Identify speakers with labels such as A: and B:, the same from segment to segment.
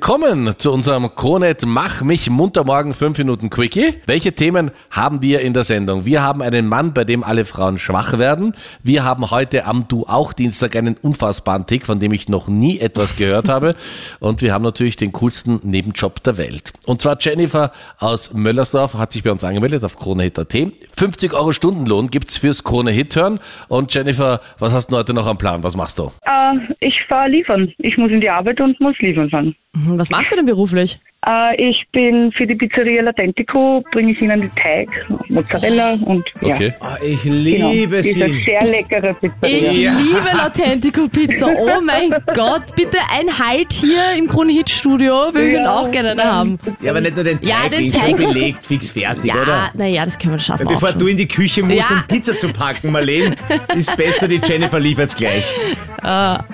A: Willkommen zu unserem Kronet Mach mich munter morgen 5 Minuten Quickie. Welche Themen haben wir in der Sendung? Wir haben einen Mann, bei dem alle Frauen schwach werden. Wir haben heute am Du auch Dienstag einen unfassbaren Tick, von dem ich noch nie etwas gehört habe. Und wir haben natürlich den coolsten Nebenjob der Welt. Und zwar Jennifer aus Möllersdorf hat sich bei uns angemeldet auf KroneHit.at. 50 Euro Stundenlohn gibt's fürs Krone Hit hören. Und Jennifer, was hast du heute noch am Plan? Was machst du?
B: Äh, ich fahre liefern. Ich muss in die Arbeit und muss liefern fahren.
C: Hm, Was machst du denn beruflich?
B: Äh, ich bin für die Pizzeria Latentico, bringe ich ihnen den Teig, Mozzarella und ja.
A: Okay.
D: Ah, ich
B: Genau.
D: liebe
B: Diese
D: sie.
B: sehr leckere Pizzeria.
C: Ich liebe Lautentico Pizza. Oh mein Gott, bitte ein Halt hier im Krone-Hit-Studio. Wir würden auch gerne eine haben.
D: Ja, aber nicht nur den Teig,
C: Ja, den
D: den schon
C: Teig.
D: belegt, fix fertig,
C: Ja,
D: oder?
C: naja, das können wir schaffen. Auch
D: Bevor
C: schon.
D: du in die Küche musst,
C: Ja.
D: um Pizza zu packen, Marlene, ist besser, die Jennifer liefert's gleich.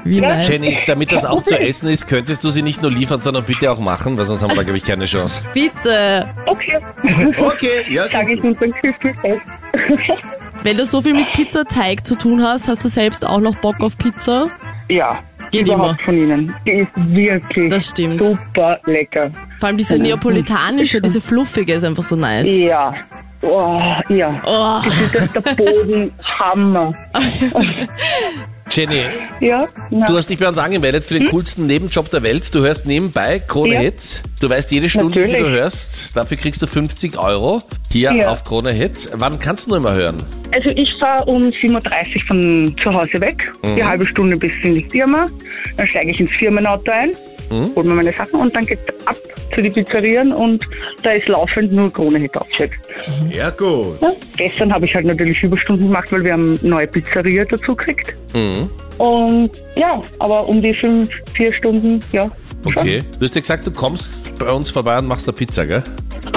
C: Wie nice.
A: Jenny, damit das auch zu essen ist, könntest du sie nicht nur liefern, sondern bitte auch machen, weil sonst haben wir da, glaube ich, keine Chance.
C: Bitte.
B: Okay,
D: Okay, ja,
B: sage ich unseren Küchenfest.
C: Wenn du so viel mit Pizzateig zu tun hast, hast du selbst auch noch Bock auf Pizza?
B: Ja,
C: Geht
B: überhaupt von ihnen. Die ist wirklich
C: Das stimmt.
B: super lecker.
C: Vor allem diese neapolitanische, diese fluffige ist einfach so nice.
B: Ja. Oh, ja.
C: Oh,
B: Das ist der Boden Hammer.
A: Jenny,
B: Ja, na,
A: du hast dich bei uns angemeldet für den coolsten Nebenjob der Welt. Du hörst nebenbei Krone
B: Hm? Ja.
A: Hit. Du weißt jede Stunde, die du
B: Natürlich.
A: hörst. Dafür kriegst du 50 Euro hier
B: Ja.
A: auf Krone Hit. Wann kannst du noch immer hören?
B: Also ich fahre um 7.30 Uhr von zu Hause weg, die halbe Stunde bis in die Firma. Dann steige ich ins Firmenauto ein, hole mir meine Sachen und dann geht's ab zu den Pizzerien und da ist laufend nur Krone Hit Offset.
D: Sehr gut.
B: Ja. Gestern habe ich halt natürlich Überstunden gemacht, weil wir haben neue Pizzeria dazu gekriegt. Und ja, aber um die fünf, vier Stunden, ja.
A: Okay. Du hast ja gesagt, du kommst bei uns vorbei und machst da Pizza, gell?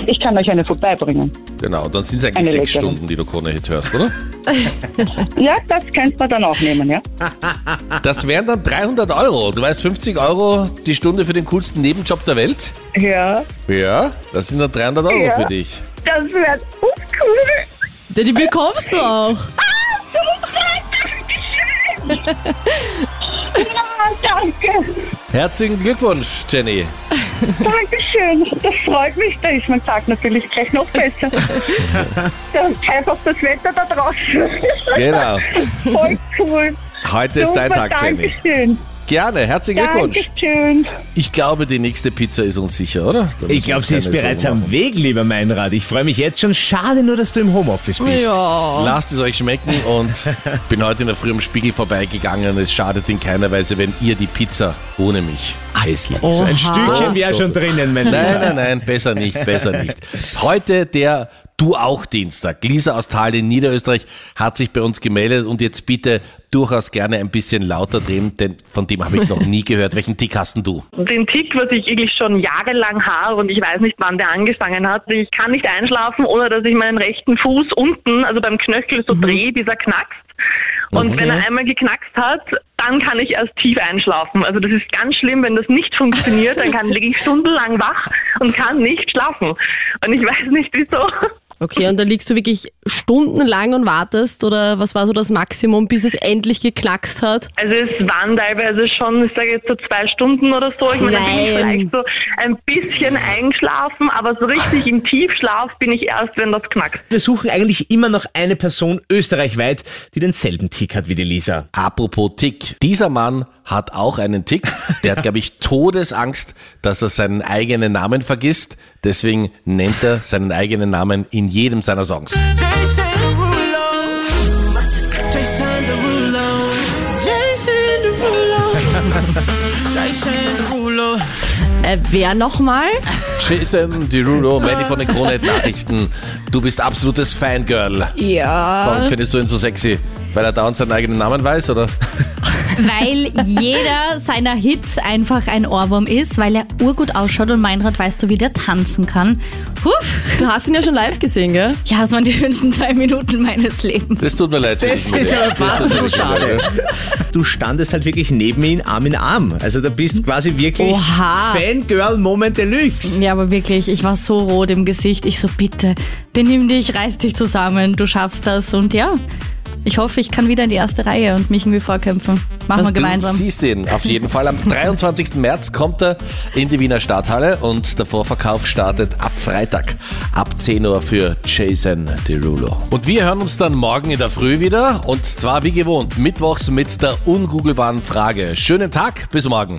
B: Ich kann euch eine vorbeibringen.
A: Genau, dann sind es eigentlich
B: Eine
A: sechs
B: leckere.
A: Stunden, die du Krone Hit hörst, oder?
B: Ja, das könnt man dann auch nehmen, ja.
A: Das wären dann 300 Euro. Du weißt, 50 Euro die Stunde für den coolsten Nebenjob der Welt.
B: Ja,
A: Ja, das sind dann 300 Euro
B: Ja.
A: für dich.
B: das wird uncool.
C: denn die bekommst du auch.
B: Ah, danke.
A: Herzlichen Glückwunsch, Jenny.
B: Dankeschön, das freut mich. Da ist mein Tag natürlich gleich noch besser. Dann einfach das Wetter da draußen.
A: Genau.
B: Voll cool.
A: Heute ist dein
B: Super,
A: Tag, Jenny.
B: Dankeschön.
A: Gerne, herzlichen Glückwunsch.
B: Dankeschön.
A: Ich glaube, die nächste Pizza ist uns sicher, oder? Da
D: Ich
A: müssen wir
D: glaube,
A: uns
D: sie ist
A: keine
D: bereits
A: Sorgen
D: am Weg, lieber Meinrad. Ich freue mich jetzt schon. Schade nur, dass du im Homeoffice bist.
C: Ja.
A: machen. Lasst es euch schmecken und bin heute in der Früh am Spiegel vorbeigegangen. Es schadet in keiner Weise, wenn ihr die Pizza ohne mich esst.
D: So ein
C: Oha.
D: Stückchen wäre schon drinnen, mein
A: Nein,
D: Lieber.
A: nein, nein, besser nicht, besser nicht. Heute der Du auch Dienstag. Lisa aus Thal in Niederösterreich hat sich bei uns gemeldet und jetzt bitte durchaus gerne ein bisschen lauter drehen, denn von dem habe ich noch nie gehört. Welchen Tick hast denn du?
E: den Tick, was ich eigentlich schon jahrelang habe und ich weiß nicht, wann der angefangen hat. Ich kann nicht einschlafen, ohne dass ich meinen rechten Fuß unten, also beim Knöchel so drehe, dieser knackst. Und wenn er einmal geknackst hat, dann kann ich erst tief einschlafen. Also das ist ganz schlimm, wenn das nicht funktioniert, dann kann, liege ich stundenlang wach und kann nicht schlafen. Und ich weiß nicht wieso.
C: Okay, und dann liegst du wirklich stundenlang und wartest oder was war so das Maximum, bis es endlich geknackst hat?
E: Also es waren teilweise schon, ich sage jetzt so zwei Stunden oder so. Ich meine, da bin ich
C: Nein.
E: vielleicht so ein bisschen eingeschlafen, aber so richtig im Tiefschlaf bin ich erst, wenn das knackt.
D: Wir suchen eigentlich immer noch eine Person österreichweit, die denselben Tick hat wie die Lisa.
A: Apropos Tick. Dieser Mann hat auch einen Tick. Der hat, glaube ich, Todesangst, dass er seinen eigenen Namen vergisst. Deswegen nennt er seinen eigenen Namen in jedem seiner Songs.
F: Jason Derulo. Jason Derulo. Jason Derulo. Jason Derulo.
C: Äh, wer nochmal?
A: Jason Derulo, Melly von den Kronet-Nachrichten. Du bist absolutes Fangirl.
C: Ja.
A: Warum findest du ihn so sexy? Weil er dauernd seinen eigenen Namen weiß, oder?
G: Weil jeder seiner Hits einfach ein Ohrwurm ist, weil er urgut ausschaut und Meinrad weißt du, wie der tanzen kann. Puff,
C: Du hast ihn ja schon live gesehen, gell?
G: ja, das waren die schönsten zwei Minuten meines Lebens.
A: Das tut mir leid. für dich, Julia. Das tut mir wirklich leid.
D: Du standest halt wirklich neben ihm Arm in Arm. Also da bist quasi wirklich
C: Oha.
D: Fangirl Moment Deluxe.
G: Ja, aber wirklich, ich war so rot im Gesicht. Ich so, bitte, benimm dich, reiß dich zusammen, du schaffst das und ja. Ich hoffe, ich kann wieder in die erste Reihe und mich irgendwie vorkämpfen. Machen wir
A: Du
G: gemeinsam.
A: siehst ihn auf jeden Fall. Am 23. März kommt er in die Wiener Stadthalle und der Vorverkauf startet ab Freitag ab 10 Uhr für Jason Derulo. Und wir hören uns dann morgen in der Früh wieder und zwar wie gewohnt, mittwochs mit der ungoogelbaren Frage. Schönen Tag, bis morgen.